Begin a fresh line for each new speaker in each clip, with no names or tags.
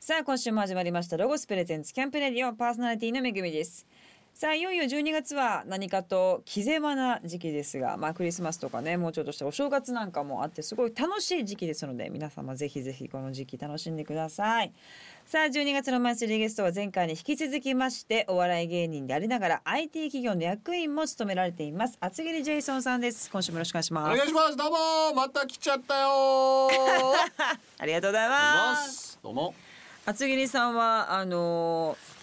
さあ今週も始まりましたロゴスプレゼンツキャンプレディオパーソナリティのめぐみですさあいよいよ12月は何かと気ぜまな時期ですがまあクリスマスとかねもうちょっとしたお正月なんかもあってすごい楽しい時期ですので皆様ぜひぜひこの時期楽しんでくださいさあ12月のマンスリーゲストは前回に引き続きましてお笑い芸人でありながら IT 企業の役員も務められています厚切りジェイソンさんです今週もよろしくお願いし
お
ま
願い
す
します。どうもまた来ちゃったよー。
ありがとうござい
ま
ます
す。どうも。
厚切りさんはあのー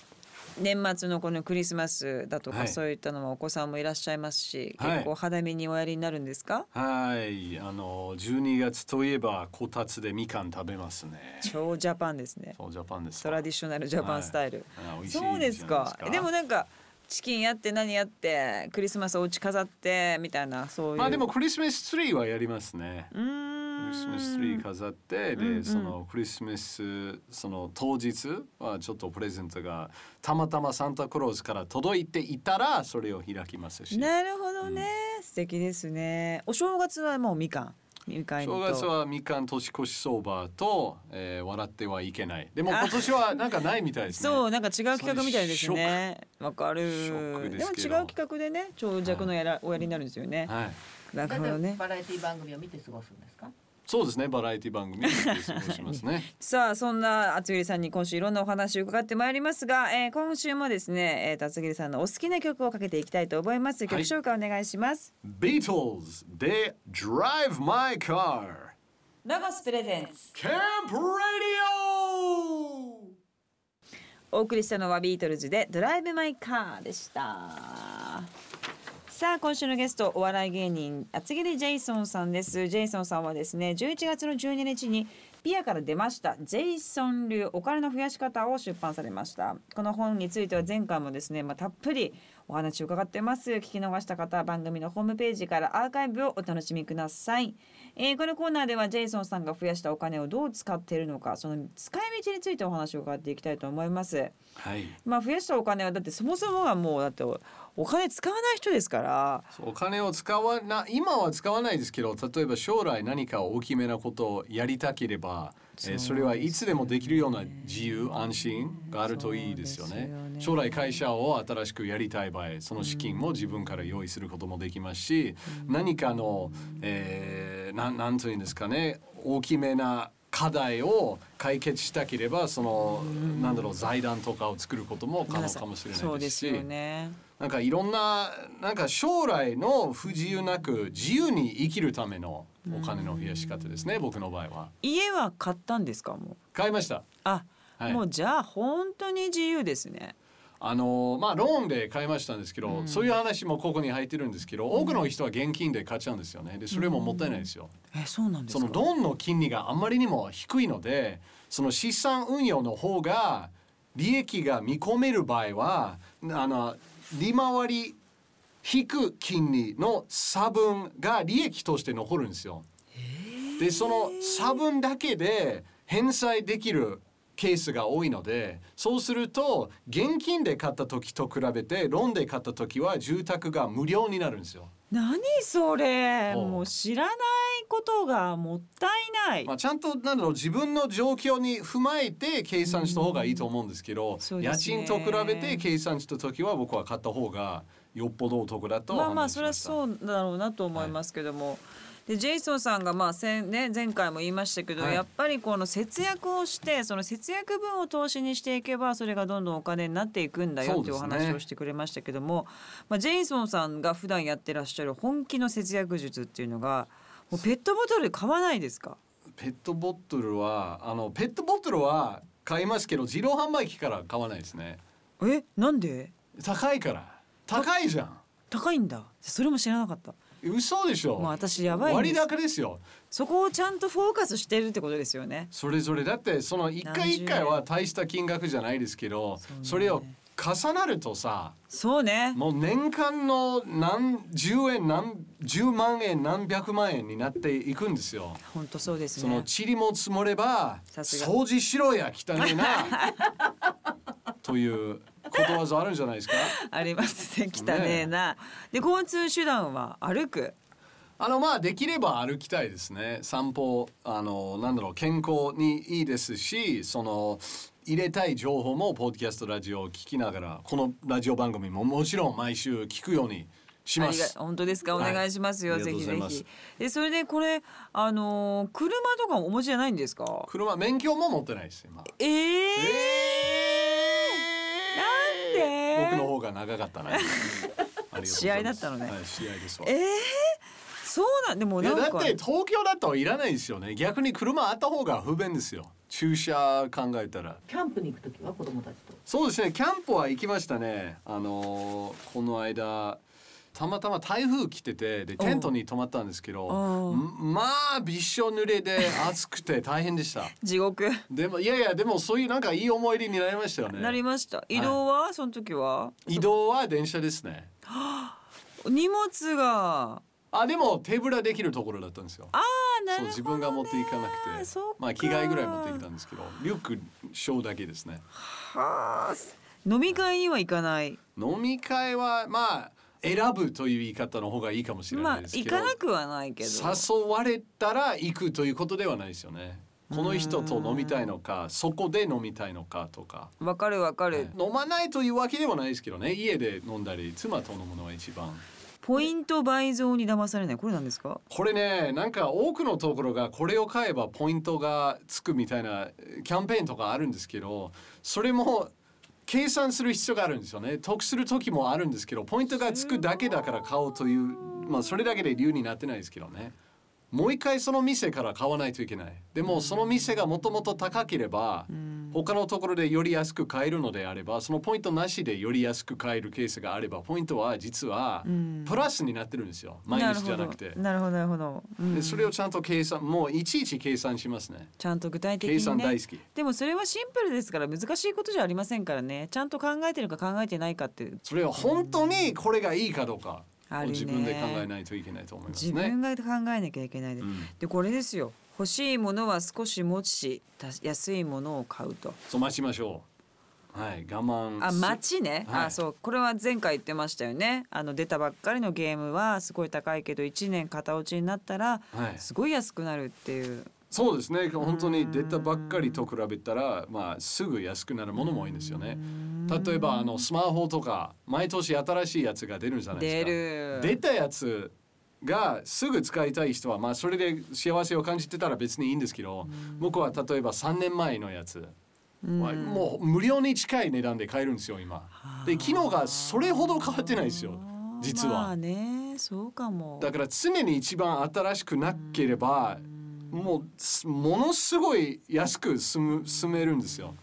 年末のこのクリスマスだとか、
はい
そういったのはお子さんもいらっしゃいますし、
はい
結構肌身におやりになるんですか、
はい、あの12月といえばこたつでみかん食べますね。
超ジャパンですね
そうジャパンですか。
トラディショナルジャパンスタイル、
はいあ美味しい
そうですか
じゃないですか
でもなんかチキンやって何やってクリスマスお家飾ってみたいなそういう
まあでもクリスマスツリーはやりますね。
うー
ク
ん
リスマスツリー飾ってで、
うんうん
そのクリスマスその当日はちょっとプレゼントがたまたまサンタクロースから届いていたらそれを開きますし。
なるほどね、素敵ですねお正月はもうみかんみかんと
正月はみかん年越し相場と、えー、笑ってはいけないでも今年はなんかないみたいですね
そうなんか違う企画みたいですね。わかる。
ショック
で
です
も
けど
違う企画でね、長尺のやら、おやりになるんですよね。
はい
なるほどね。
バラエティ番組を見て過ごすんですか。
そうですねバラエティ番組で過ごしますね
さあそんな厚切りさんに今週いろんなお話を伺ってまいりますが、えー、今週もですね、えーと、厚切りさんのお好きな曲をかけていきたいと思います。曲
はい
紹介お願いします。
Beatles で Drive My Car
ロゴスプレゼンツ。
Camp Radio
お送りしたのはビートルズでドライブマイカーでした。さあ今週のゲストお笑い芸人厚切りジェイソンさんですジェイソンさんはですね11月の12日にピアから出ましたジェイソン流お金の増やし方を出版されましたこの本については前回もですねまあたっぷりお話を伺ってます聞き逃した方は番組のホームページからアーカイブをお楽しみください、えーこのコーナーではジェイソンさんが増やしたお金をどう使っているのかその使い道についてお話を伺っていきたいと思います
はい
まあ増やしたお金はだってそもそもがもうだっておお金使わない人ですから
そうお金を使わな今は使わないですけど例えば将来何か大きめなことをやりたければそ,、えーそれはいつでもできるような自由安心があるといいですよ
そうで
ね
すよね
将来会社を新しくやりたい場合その資金も自分から用意することもできますし、何かの、えー、なんなんというんですかね大きめな課題を解決したければその、なんだろう財団とかを作ることも可能かもしれ
そ
な
う
いで
ですす
し。
よね。
なんかいろんななんか将来の不自由なく自由に生きるためのお金の増やし方ですね、僕の場合は
家は買ったんですかもう。
買いました
あ、
はい
もうじゃあ本当に自由ですね。
あのまあローンで買いましたんですけど、
うん
そういう話もここに入ってるんですけど多くの人は現金で買っちゃうんですよねでそれももったいないですよ、
え、そうなんです
そ
か。
のローンの金利があまりにも低いのでその資産運用の方が利益が見込める場合はあの利回り引く金利の差分が利益として残るんですよ。でその差分だけで返済できるケースが多いのでそうすると現金で買った時と比べてローンで買った時は住宅が無料になるんですよ。
何それ、
ほう
もう知らないことがもったいない。
まあ、ちゃんとなんだろう自分の状況に踏まえて計算した方がいいと思うんですけど、
そうで
家
すね
賃と比べて計算した時は僕は買った方がよっぽどお得だと
まあまあ
話
そ
し
れ
ま
は
した。
そうだろうなと思いますけども、でジェイソンさんがまあ先、ね、前回も言いましたけど、
はい
やっぱりこの節約をしてその節約分を投資にしていけばそれがどんどんお金になっていくんだよ
そ
っ
う
て
で
いう
す
お
ね
話をしてくれましたけども、まあ、ジェイソンさんが普段やってらっしゃる本気の節約術っていうのがもうペットボトル買わないですか
ペットボトルはあのペットボトルは買いますけど自動販売機から買わないですね。
えなんで
高いから高いじゃん。
高いんだそれも知らなかった
嘘でしょ。
まあ私やばいんです
割高ですよ。
そこをちゃんとフォーカスしてるってことですよね
それぞれだってその一回一回は大した金額じゃないですけど、
うね
それを重なるとさ。
そうね
もう年間の何十円何十万円何百万円になっていくんですよ。
本当そうですね
その塵も積もれば
さすが
掃除しろや汚ねえ なということわざある んじゃないですか。
ありますね汚ねえな、で交通手段は歩く
あのまあできれば歩きたいですね散歩あのなんだろう健康にいいですしその入れたい情報もポッドキャストラジオを聞きながらこのラジオ番組ももちろん毎週聞くようにしま
ありが
す。
本当ですかお
はい
願いしますよ、
ありが
ぜ
とう
ひ
ござ
ぜ
います
ひでそれでこれあのー車とかお持ちじゃないんですか
車免許も持ってないです今。
えー、なんで
僕の方が長かっ たな。ありがとうございます
試合だったのね
はい、試合ですわ。
えー、そうなんでも
いや
な
だ
ん
っ
か
て東京だといらないですよね逆に車あった方が不便ですよ駐車考えたら
キャンプに行くときは子供たちと。
そうですねキャンプは行きましたねあのーこの間たまたま台風来ててでテントに泊まったんですけど
おうん
まあびっしょ濡れで暑くて大変でした
地獄
でもいやいやでもそういうなんかいい思い出になりましたよ
なり
ね
ました移動は、その時は
移動は電車ですね
荷物が
あでも手ぶらできるところだったんですよ
あなるほど、
そう
ね、
自分が持っていかなくて
そっか
まあ着替えぐらい持ってきたんですけどリュックショーだけですね
はあ飲み会には行かない
飲み会はまあ選ぶという言い方の方がいいかもしれ
ま
な
あ
いですけ
行
ど、
かなくはないけど
誘われたら行くということではないですよねこの人と飲みたいのかそこで飲みたいのかとか、
わかるわかる、
飲まないというわけではないですけどね家で飲んだり妻と飲むのが一番
ポイント倍増に騙されないこれなんですか
これねなんか多くのところがこれを買えばポイントがつくみたいなえーキャンペーンとかあるんですけどそれも計算する必要があるんですよね得する時もあるんですけどポイントがつくだけだから買おうというまあそれだけで理由になってないですけどねもう一回その店から買わないといけないでもその店がもともと高ければ他のところでより安く買えるのであればそのポイントなしでより安く買えるケースがあればポイントは実はプラスになってるんですよ毎日じゃなくて。
なるほどなるほどなるほど、うん
でそれをちゃんと計算もういちいち計算しますね
ちゃんと具体的に、ね、
計算大好き
でもそれはシンプルですから難しいことじゃありませんからねちゃんと考えてるか考えてないかって
それは本当にこれがいいかどうか
あ
を
るね
自分で考えないといけないと思います
自
ね
分。が考えなきゃいけないで,、
うん
でこれですよ欲しいものは少し持ちした安いものを買うと
そう待ちましょう。はい我慢
あ
す
街ね、
はい
あそうこれは前回言ってましたよねあの出たばっかりのゲームはすごい高いけど1年型落ちになったら
はい
すごい安くなるっていう
そうですね本当に出たばっかりと比べたら、まあ、すぐ安くなるものも多いんですよね。例えばあのスマホとか毎年新しいやつが出るじゃないですか。
出る
出たやつがすぐ使いたい人は、まあ、それで幸せを感じてたら別にいいんですけど、僕は例えば3年前のやつ、はもう無料に近い値段で買えるんですよ今。で機能がそれほど変わってないですよ実は。
まあねそうかも
だから常に一番新しくなければもうすものすごい安く済む済めるんですよ。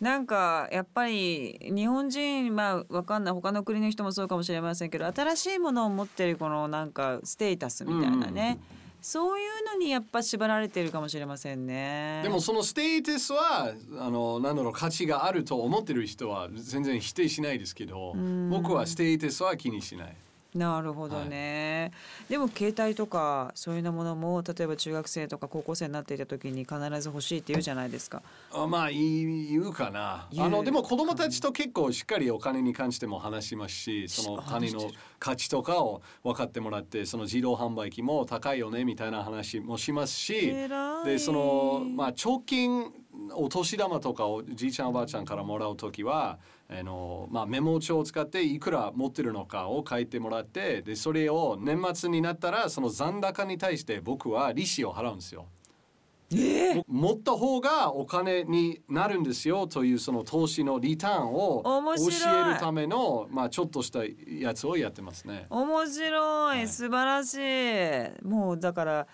なんかやっぱり日本人まあわかんない他の国の人もそうかもしれませんけど新しいものを持ってるこのなんかステータスみたいなね、そういうのにやっぱ縛られてるかもしれませんね。
でもそのステータスはあの何だろう価値があると思ってる人は全然否定しないですけど僕はステータスは気にしない。
なるほどね、でも携帯とかそういうようなものも例えば中学生とか高校生になっていた時に必ず欲しいって言うじゃないですか。
あまあい言うかな
言う
あのでも子供たちと結構しっかりお金に関しても話しますし
し
その
話
金
してる
の価値とかを分かってもらってその自動販売機も高いよねみたいな話もしますし
偉い
でその、まあ、貯金お年玉とかをじいちゃんおばあちゃんからもらう時はあの、まあ、メモ帳を使っていくら持ってるのかを書いてもらってでそれを年末になったらその残高に対して僕は利子を払うんですよ。 持った方がお金になるんですよというその投資のリターンを
面
教
白い
えるためのまあちょっとしたやつをやってますね。
面白い、
い
素晴らしいもうだから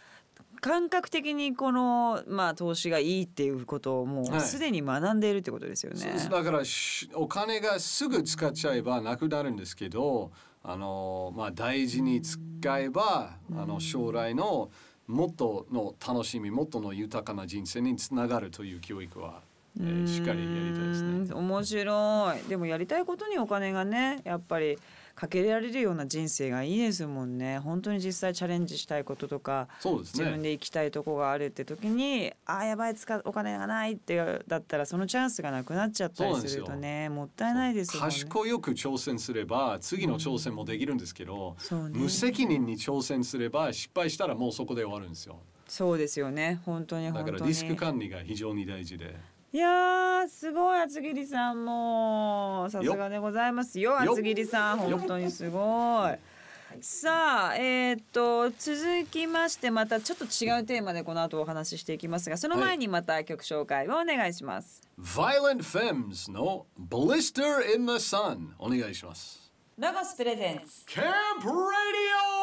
感覚的にこの、まあ、投資がいいっていうことをも
は
う
い
すでに学んでいるってことですよね。
そうだからしお金がすぐ使っちゃえばなくなるんですけど、あのまあ大事に使えばあの将来のもっとの楽しみ、もっとの豊かな人生につながるという教育は、えーしっかりやりたいですね。
うん面白いでもやりたいことにお金がねやっぱりかけられるような人生がいいですもんね本当に実際チャレンジしたいこととか
そうです
自分
ね。
で行きたいとこがあるって時にあーやばい使うお金がないってだったらそのチャンスがなくなっちゃったりすると
そうなん
ねもったいないですよね。
賢よく挑戦すれば次の挑戦もできるんですけど、
そうね
無責任に挑戦すれば失敗したらもうそこで終わるんですよ。
そうですよね本当に
だ
本
か
当
ら
に
リスク管理が非常に大事で。
いやーすごい厚切りさんもうさすがでございますよ
よ
厚切りさん
よ
本当にすごい。さあえーっと続きましてまたちょっと違うテーマでこの後お話ししていきますがその前にまた曲紹介をお願いします。
Violent Femmes の Blister in the Sun お願いします。
ロゴスプレゼンツ
キャンプラデ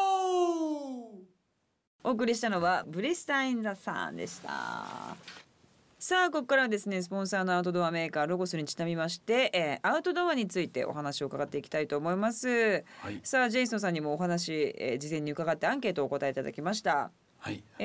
ィオ
お送りしたのはブリスタイン・ザ・サンでした。さあここからはですねスポンサーのアウトドアメーカーロゴスにちなみまして、えーアウトドアについてお話を伺っていきたいと思います、
はい
さあジェイソンさんにもお話、えー事前に伺ってアンケートをお答えいただきました
はい。
え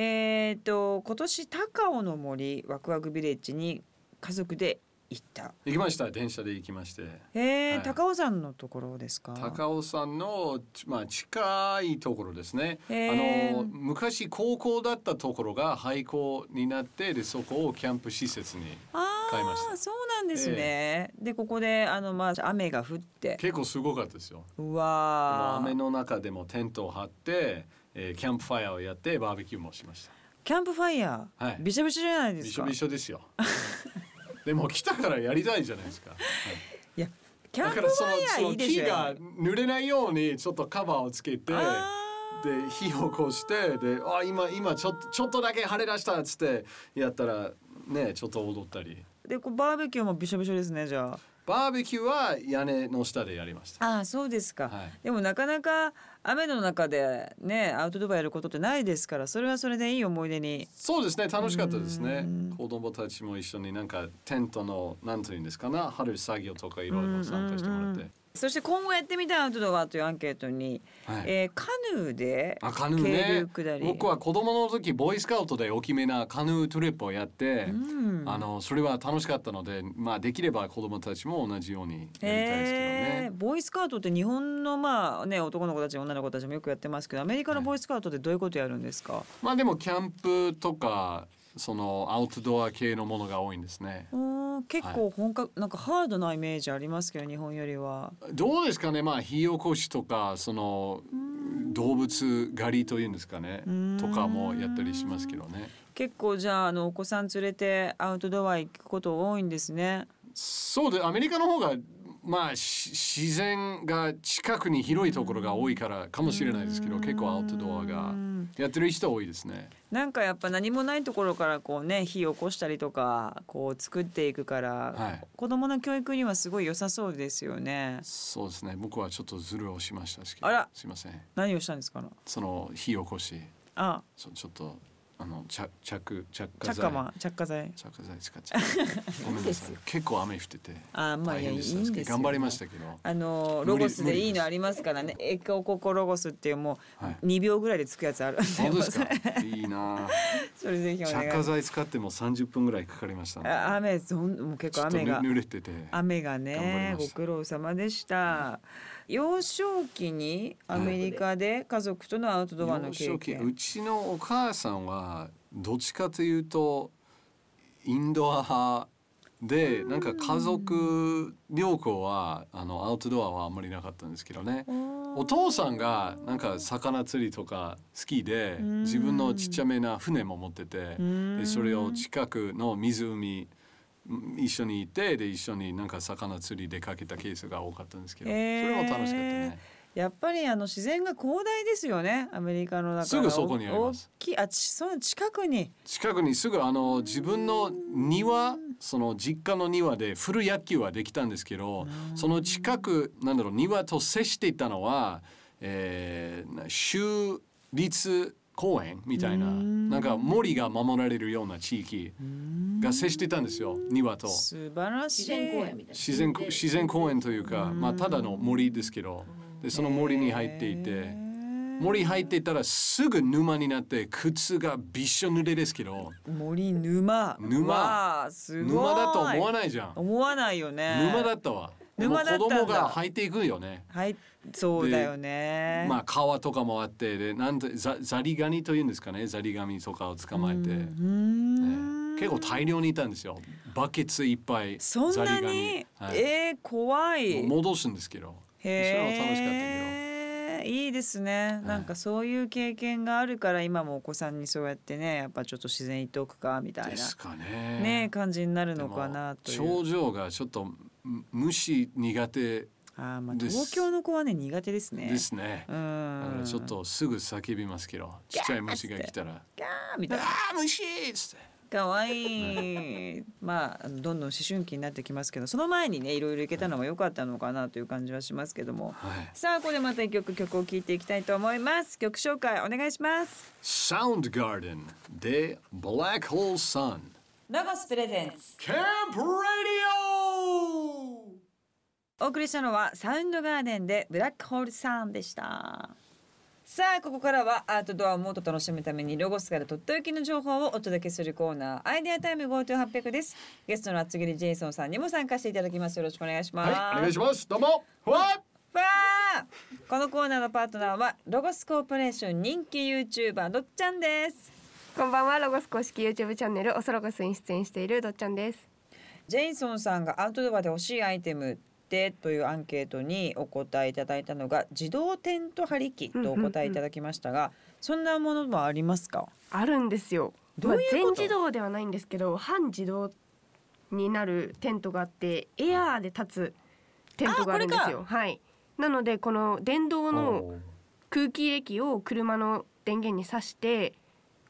ー、と今年高尾の森ワクワクビレッジに家族で行った
行きました。電車で行きまして。
えー
はい
高尾山のところですか
高尾さんの、ちまあ、近いところですね、
へー
あの昔高校だったところが廃校になってでそこをキャンプ施設に
あ
買いまし
あ
た
そうなんですね、でここであの、まあ、雨が降って
結構すごかったですよ
う
もう
わー
雨の中でもテントを張って、えーキャンプファイアをやってバーベキューもしました
キャンプファイヤー、
はい
びしょびしょじゃないで
び
す
しょ
か。
びしょで すよでも来たからやりたいじゃないですか、はい
いや、キャンプ
だか
フ
らその
ァイヤー
そ
い
の
いです
木
よ。
が濡れないようにちょっとカバーをつけて
あ
で火を起こしてで「あ今今ちょっとちょっとだけ晴れ出した」っつってやったらねちょっと踊ったり
で、こうバーベキューもびしょびしょですね、じゃ
バーベキューは屋根の下でやりました。
あ。あー、そうですか。
はい
でもなかなか雨の中でね、アウトドアやることってないですから、それはそれでいい思い出に。
そうですね楽しかったですね子供たちも一緒になんかテントのなんていうんですかな春作業とかいろいろ参加してもらって、
そして今後やってみたいアウトドアというアンケートに、
はい
えーカヌーで
あカヌー
渓
ね
流下り。
僕は子供の時ボーイスカウトで大きめなカヌートリップをやって、
うん
あのそれは楽しかったので、まあ、できれば子供たちも同じようにやりたいですけど
へー
ね。
ボーイスカウトって日本のまあね男の子たち女の子たちもよくやってますけどアメリカの
はい
ボーイスカウトってどういうことやるんですか、
まあでもキャンプとかそのアウトドア系のものが多いんですね。
うん結構本格、なんかハードなイメージありますけど日本よりは
どうですかね、まあ火起こしとかその動物狩りというんですかね
ん
とかもやったりしますけどね。
結構じゃああのお子さん連れてアウトドア行くこと多いんですね
そうでアメリカの方がまあし自然が近くに広いところが多いからかもしれないですけど結構アウトドアがやってる人多いですね。
なんかやっぱ何もないところからこうね火を起こしたりとかこう作っていくから、
はい
子供の教育にはすごい良さそうですよね
そうですね僕はちょっとズルをしましたし
あら
すいません
何をしたんですかね
その火起こし
あ
そちょっとあの着着着火
着
剤
火マン着火剤
着火剤使っちゃった ごめんなさい結構雨降ってて
あまあ
大
いやいいん
変で
で
し
す
た
よ
頑張りましたけど
あのロゴスでいいのありますからねエコココロゴスっていうも
はいう
2秒ぐらいでつくやつあるんで、
本当ですかいいなあ
それぜひお願い
着
しま
火
す
剤使っても30分ぐらいかかりましたね
あ雨そんもう結
ち
構
ょっと
雨
ぬ
が
濡れてて
雨が
頑張
ね
りま
ご
した
苦労様でした、幼少期にアメリカで家族とのアウトドアの経
幼少期
験、
うちのお母さんはどっちかというとインドア派でなんか家族旅行はあのアウトドアはあんまりなかったんですけどねお父さんがなんか魚釣りとか好きで
ん
自分のちっちゃめな船も持ってて
ん
でそれを近くの湖ん一緒に行ってで一緒になんか魚釣り出かけたケースが多かったんですけどそ
へー
れも楽しかったね。
やっぱりあの自然が広大ですよねアメリカの中
すぐそこにあります
大きいあちその近くに
近くにすぐあの自分の庭その実家の庭で古野球はできたんですけどその近くなんだろう庭と接していたのは、えーな州立公園みたいななんか森が守られるような地域が接していたんですよ庭と
素晴らしい
自然公園みたいな。
自然自然公園というか、まあ、ただの森ですけどでその森に入っていて。
へー
森入っていたらすぐ沼になって靴がびっしょ濡れですけど
森沼
沼
わあすごい
沼だと思わないじゃん
思わないよね
沼だったわでも
沼だ
子
ったんだ
供が入っていくよね。
はいそうだよね。
まあ川とかもあってでなんてザザリガニというんですかねザリガニとかを捕まえて、
う
ね
ん
結構大量にいたんですよバケツいっぱい
そん
ザ
な
リガ
に
ニ、、はい
えー、怖い。
もう戻すんですけどそれも楽しかったけ
へーいいですね、
い
なんかそういう経験があるから今もお子さんにそうやってねやっぱちょっと自然言っておくかみた
ど
い
で
な
すかね
ね感じになるのかなとい
でも
う
症状がちょっとむ虫苦手
あーまあ
です
東京の子はね苦手ですね
ですね
う
だ
ん
からちょっとすぐ叫びますけどちっちゃい虫が来たら
ギャーみ
「
た
あ
いな
ー虫!」っつって。
可愛い いまあどんどん思春期になってきますけどその前にねいろいろいけたのも良かったのかなという感じはしますけども
はい、
さあここでまた一曲曲を聴いていきたいと思います曲紹介お願いします
サウンドガーデンで「ブラックホール・サン」
ロゴスプレゼンツ
「キャンプ・ラディオ」
お送りしたのはサウンドガーデンでブラックホールサウンでしたさあここからはアートドアをもっと楽しむためにロゴスからとっておきの情報をお届けするコーナーアイデアタイム GoTo800 ですゲストの厚切りジェイソンさんにも参加していただきますよろしくお願いします、
はい、お願いします。どうも。わっ
わあこのコーナーのパートナーはロゴスコーポレーション人気 YouTuber どっちゃんです
こんばんはロゴス公式 YouTube チャンネルおそロゴスに出演しているどっちゃんです
ジェイソンさんがアウトドアで欲しいアイテムでというアンケートにお答えいただいたのが自動テント張り機とお答えいただきましたが、そんなものもありますか
あるんですよ
どういうこと
まあ、全自動ではないんですけど半自動になるテントがあってエアーで立つテントがあるんです
あ
よはいなのでこの電動の空気入れ機を車の電源に挿して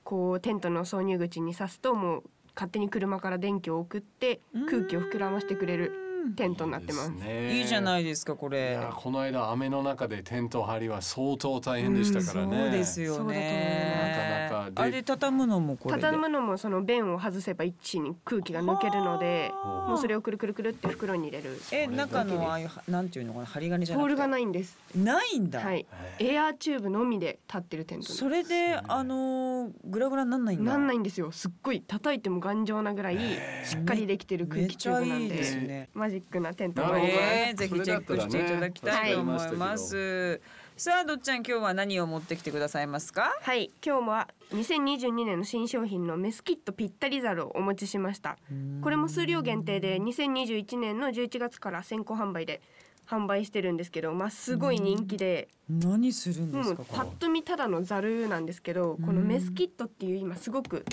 こうテントの挿入口に挿すともう勝手に車から電気を送って空気を膨らましてくれるテントになってます
ね
いいじゃ
い。
ないですかこれ
やこの間雨の中でテント張りは相当大変でしたからね。
そうですよね
そうだと思いますなかなかで
あれ畳むのもこれで
畳むのもその弁を外せば一気に空気が抜けるので
はあ
もうそれをくるくるくるって袋に入れる
え
これだけで
中
す
のああいうなんていうのかな針金じ
ポ
ゃな
ー
くて
ルがないんです
ないんだ、
はい
え
エアーチューブのみで立ってるテント
それであのーグラグラになんないんだ
なんないいんですよすっごい叩いても頑丈なぐらいしっかりできてる空気チューブな
め
ん
っちゃいいで
です
ね
マジックなテントが
なるほどね
えーぜひチェックしていただきたいと思います、さあどっちゃん今日は何を持ってきてくださいますか
はい今日は2022年の新商品のメスキットぴったりザルをお持ちしましたこれも数量限定で2021年の11月から先行販売で販売してるんですけどまあすごい人気で
何するんで
も
す
う
かこ
パッと見ただのザルなんですけどこのメスキットっていう今すごく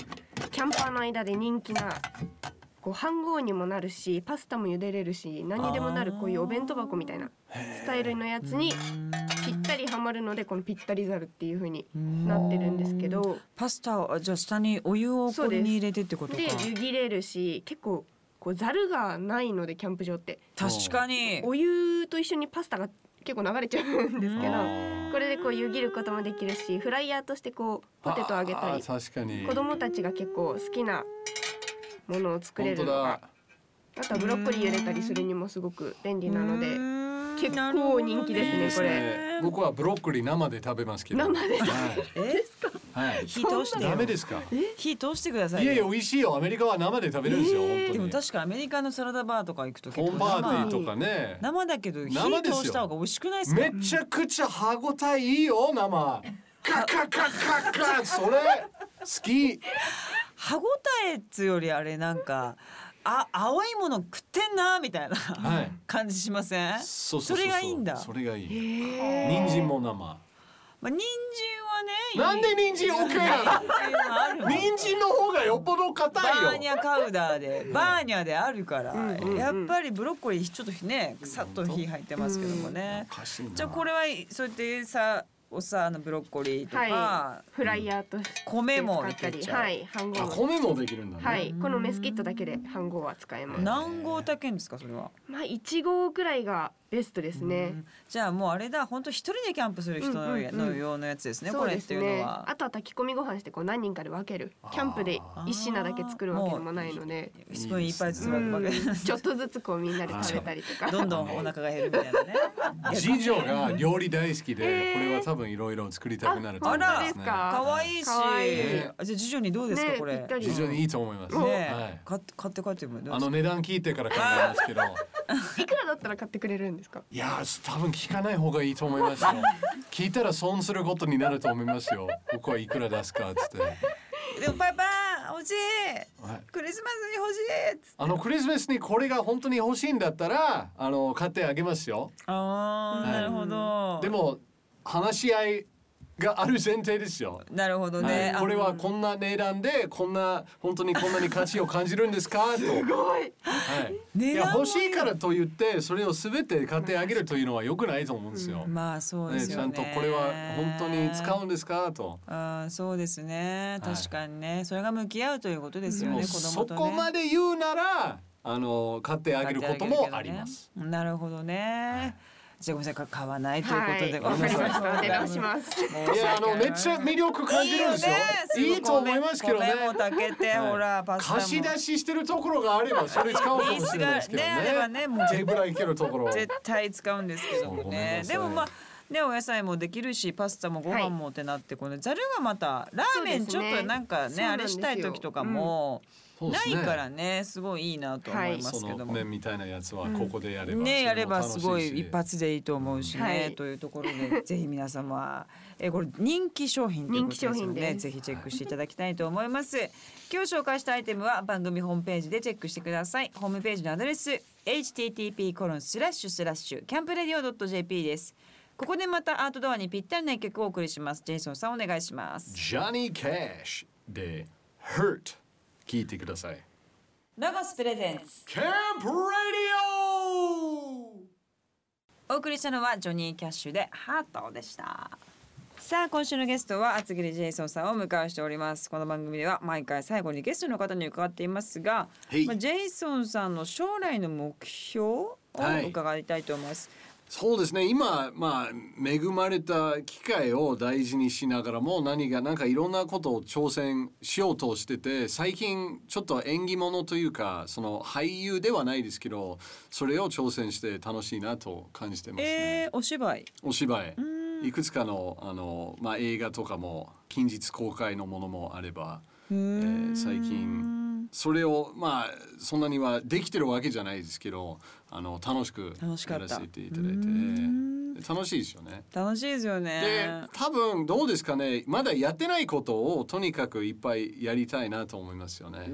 キャンパーの間で人気なこう飯盒にもなるしパスタも茹でれるし何にでもなるこういうお弁当箱みたいなスタイルのやつにぴったりはまるのでこのぴったりザルっていう風になってるんですけど
れパスタをあじゃあ下にお湯をこれに入れてってことか
で湯切れるし結構こうザルがないのでキャンプ場って
確かに
お湯と一緒にパスタが結構流れちゃうんですけど
あー
これでこう湯切ることもできるしフライヤーとしてこうポテトを揚げた
あ
り
ー確かに。
子供たちが結構好きなものを作れるの
本
があとはブロッコリー茹でたりするにもすごく便利なので結構人
当
気
だ
ですね
いいです
こ
ね。僕はブロッコリー生で食べますけど。
生で
はい。
え
はい。
火通してよ
ダメですか。
火通してください
い
よ
やいや美味しいよ。アメリカは生で食べれるんですよ。本当に。
でも確かアメリカのサラダバーとか行くと
ホー
結
ム
構
パーティー
生
とかね。
生だけど火
生ですよ
通した方が美味しくないですか
めちゃくちゃ歯ごたえいいよ生カカカカカそれ好き
歯ごたえっつよりあれなんかあ青いもの食ってんなみたいな、
はい
感じしません
そう
それがいいんだ
それがいい
へ
人参も生
まあ、人参はねいい
なんで人参
人
OK な
参はあるも
の
ん
人参の方がよっぽど
バ
硬
ー
い
ニ
よ
ャカウダーでバーニャであるから、
うんうんうん
やっぱりブロッコリーちょっとねさっと火入ってますけどもね、
おかしいな
じゃあこれはそうやってさおさあのブロッコリーとか、
はいフライヤーとして
米も
使
い
っ
け
たり
ちゃう、
はい飯
あ
盒も
米もできるんだね、
はいこのメスキットだけで飯盒は使えます
何合炊けんですかそれは、
まあ1合ぐらいがベストです
う
ね
んじゃあもうあれだ本当一人でキャンプする人の,、
うんうんうん
用のやつですね
そうで
これっ
す
ていう
ね
のは
あとは炊き込みご飯してこう何人かで分けるキャンプで一品だけ作るわけでもないので
スプーンいっぱいずつ分け
うんちょっとずつこうみんなで食べたりとか
どんどんお腹が減るみたい なね
次女が料理大好きで、これは多分いろいろ作りたくなると思い
あ
ま
あら
す
です
ね
か
可愛いし
可愛い
あじゃあ次女にどうですか、
ね
これ
ぴったり
非常にいいと思います、
ね
はい
買って買って帰ってもどうですか
あの値段聞いてから考えますけど
いくらだったら買ってくれるんですか
いやー多分聞かない方がいいと思いま すよ聞いたら損することになると思いますよ僕はいくら出すかっつって、はい、
でもパパ欲しいクリスマスに欲しいっつ
あのクリスマスにこれが本当に欲しいんだったらあの買ってあげますよ
あー
はい
なるほど
でも話し合いがある前提ですよ
なるほど
は
ね
い、、これ
あ
はこんな値段でこんな本当にこんなに価値を感じるんですかと、は
ごい
い、
値
いや
段も
欲しいからと言ってそれを全て買ってあげるというのは良くないと思うんですよ。
まあそうで
ね、
す
ち
よ
ゃ
ね
んとこれは本当に使うんですかと。
あーそうですね
はい
確かにね、それが向き合うということですよ
も
ね
う
子
そ
供とね
こまで言うならあの買ってあげることもあります。
なるほどね、じゃあごめんなさい買わないということで、
わかりまし
ごめん
た。
な
出
さい
直します。
いやあのめっちゃ魅力感じるんですよ。いい,、
ね
と思いますけどね。
米も炊けて、
はい
ほらパスタも
貸し出ししてるところがあればそれ使うかもしれないですけどね
リースがねあればねもう
手ぶらいけるところ
絶対使うんですけど
そう
も
ごめ
ね
んなさい
でもまあねお野菜もできるしパスタもご飯もってなってこのざるがまたラーメンち
そ
ょ
う
っ
ですね
となんかね
そうな
あ
んで
れ
す
し
よ
たい時とかも
そうです
ない
ね
からねすごいいいなと思います
そ
けど
の
も。
ねみたいなやつはここでやれば、
ねやればすごい
それ
一
も楽
発
し
でいいと思うしね、
はい
というところでぜひ皆様えこれ人気商品ということですよ
人気商品
ね
です
ぜひチェックしていただきたいと思います今日紹介したアイテムは番組ホームページでチェックしてくださいホームページのアドレス http コロンスラッシュスラッシュキャンプレディオ .jp ですここでまたアートドアにぴったりな一曲をお送りしますジェイソンさんお願いします
ジャニー・キャッシュで「Hurt」聞いてください
ロゴスプレゼンツ
キャンプ・ラディオ
お送りしたのはジョニー・キャッシュでハートでしたさあ今週のゲストは厚切りジェイソンさんをお迎えしておりますこの番組では毎回最後にゲストの方に伺っていますが、
はい
まあ、ジェイソンさんの将来の目標を
はい
伺いたいと思います、
そうですね今、まあ、恵まれた機会を大事にしながらも何かなんかいろんなことを挑戦しようとしてて最近ちょっと縁起物というかその俳優ではないですけどそれを挑戦して楽しいなと感じてますね。
えー、お芝居
お芝居いくつかのあの、まあ、映画とかも近日公開のものもあれば、
え
えー最近それをまあそんなにはできてるわけじゃないですけどあの楽しく
楽しか
や
った
らせていただいて楽しいですよね。
楽しいですよ
で
ね
多分どうですかねまだやってないことをとにかくいっぱいやりたいなと思いますよね。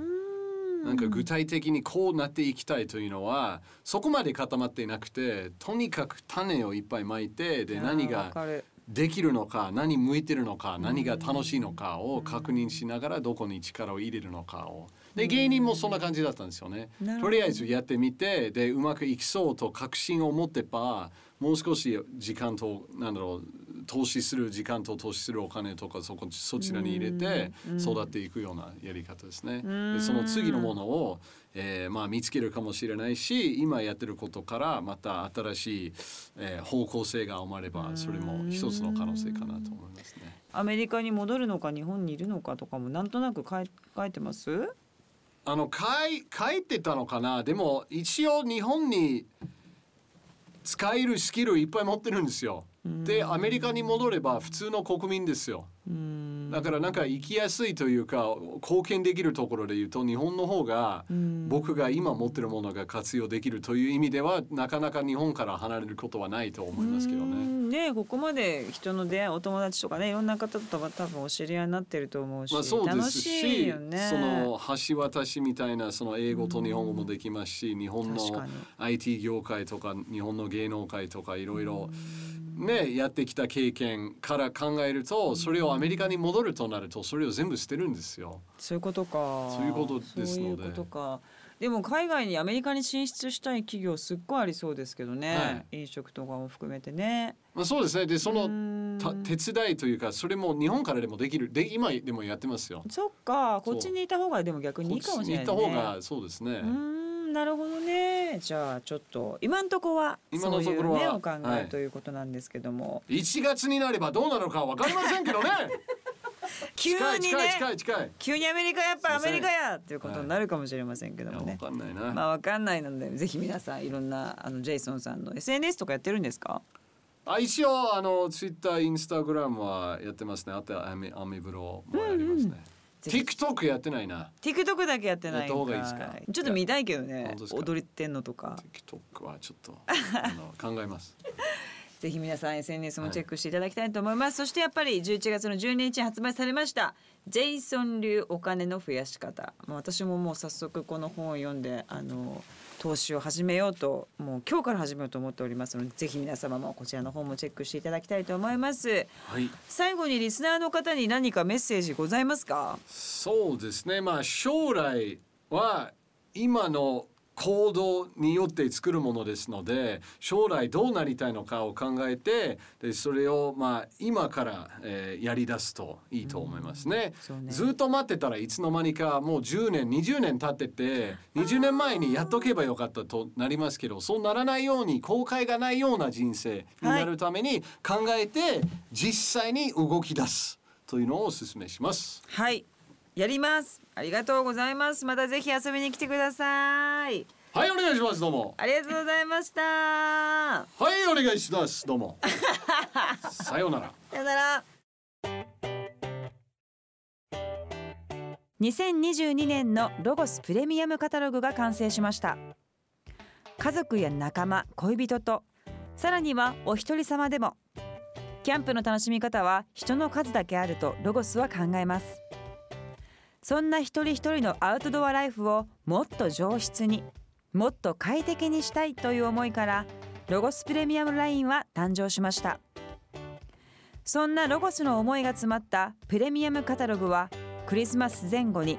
なんか具体的にこうなっていきたいというのはそこまで固まっていなくてとにかく種をいっぱいまいてで
いやー
何
わか
が
る
できるのか何向いてるのか何が楽しいのかを確認しながらどこに力を入れるのかを。で芸人もそんな感じだったんですよね
なる。ほど
とりあえずやってみてでうまくいきそうと確信を持ってばもう少し時間となんだろう投資する時間と投資するお金とかそこそちらに入れて育っていくようなやり方ですね。でその次のものを、えーまあ、見つけるかもしれないし今やってることからまた新しい、えー方向性が生まればそれも一つの可能性かなと思いますね。
アメリカに戻るのか日本にいるのかとかもなんとなく書い書いてます
あの書い書いてたのかなでも一応日本に使えるスキルいっぱい持ってるんですよ。でアメリカに戻れば普通の国民ですよ。
うん
だからなんか生きやすいというか貢献できるところで言うと日本の方が僕が今持ってるものが活用できるという意味ではなかなか日本から離れることはないと思いますけど
う
ね。
んねここまで人の出会いお友達とかねいろんな方と多分お知り合いになってると思うし、
まあ、そうで
楽
す
しい
し
よね。
その橋渡しみたいなその英語と日本語もできますし、日本
確
の
かに
IT 業界とか日本の芸能界とかいろいろねやってきた経験から考えるとそれをアメリカに戻るとなるとそれを全部捨てるんですよ。
そういうことか。
そういうことですので
そういうことか。でも海外にアメリカに進出したい企業すっごいありそうですけどね、
は
飲食とかも含めてね。
まあ、そうですねでその
うん
た手伝いというかそれも日本からでもできるで今でもやってますよ。
そっかこっちにいた方がでも逆にいいかもしれないね。
こっちに行った方がそうですね。
うんなるほどねじゃあちょっと今のところは
今のところ
そう
は
いうねお考え、
はい
ということなんですけども
1月になればどうなのかわかりませんけどね。
急にね
近い近い近い近い。
急にアメリカやっぱア
すい
メリ
ません
カやっていうことになるかもしれませんけ
い
ど
や
も
わ
ね。
かんないな。
まあわかんないのでぜひ皆さんいろんなあのジェイソンさんの SNS とかやってるんですか？
あ一応あのツイッター、インスタグラムはやってますね。あとアメアメブロもやりますね。
ぜひ
TikTok やってないな
TikTok だけやってないん
やった方がいいですか
ちょっと見たいけどね
本当ですか
踊ってんのとか
TikTok はちょっとあの考えます
ぜひ皆さん SNS もチェックしていただきたいと思います、そしてやっぱり11月の12日に発売されましたジェイソン流お金の増やし方もう私ももう早速この本を読んであの投資を始めようともう今日から始めようと思っておりますのでぜひ皆様もこちらの本もチェックしていただきたいと思います
はい
最後にリスナーの方に何かメッセージございますか
そうですねまあ将来は今の行動によって作るものですので将来どうなりたいのかを考えてでそれをまあ今から、えーやり出すといいと思いますね,、
そうね
ずっと待ってたらいつの間にかもう10年20年経ってて20年前にやっとけばよかったとなりますけどそうならないように後悔がないような人生になるために考えて実際に動き出すというのをお勧めします。
はいやりますありがとうございますまたぜひ遊びに来てください
はい、お願いします。どうも。
ありがとうございました
はい、お願いします。どうも。さようなら。
さよなら。2022年のロゴスプレミアムカタログが完成しました。家族や仲間、恋人と、さらにはお一人様でも。キャンプの楽しみ方は人の数だけあるとロゴスは考えます。そんな一人一人のアウトドアライフをもっと上質に、もっと快適にしたいという思いから、ロゴスプレミアムラインは誕生しました。そんなロゴスの思いが詰まったプレミアムカタログはクリスマス前後に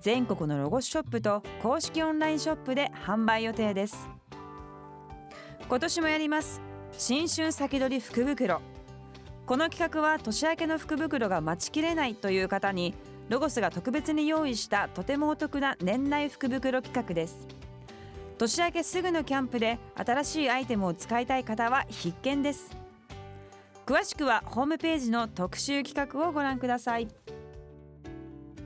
全国のロゴスショップと公式オンラインショップで販売予定です今年もやります新春先取り福袋この企画は年明けの福袋が待ちきれないという方にロゴスが特別に用意したとてもお得な年内福袋企画です年明けすぐのキャンプで新しいアイテムを使いたい方は必見です詳しくはホームページの特集企画をご覧ください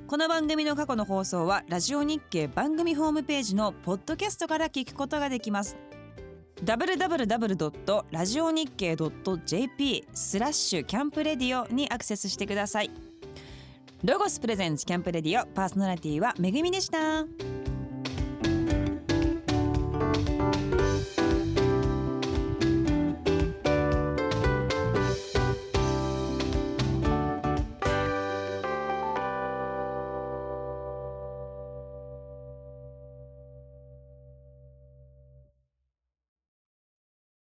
この番組の過去の放送はラジオ日経番組ホームページのポッドキャストから聞くことができます www.radionickei.jp スラッシュキャンプレディオにアクセスしてくださいロゴスプレゼンツキャンプレディオパーソナリティはめぐみでした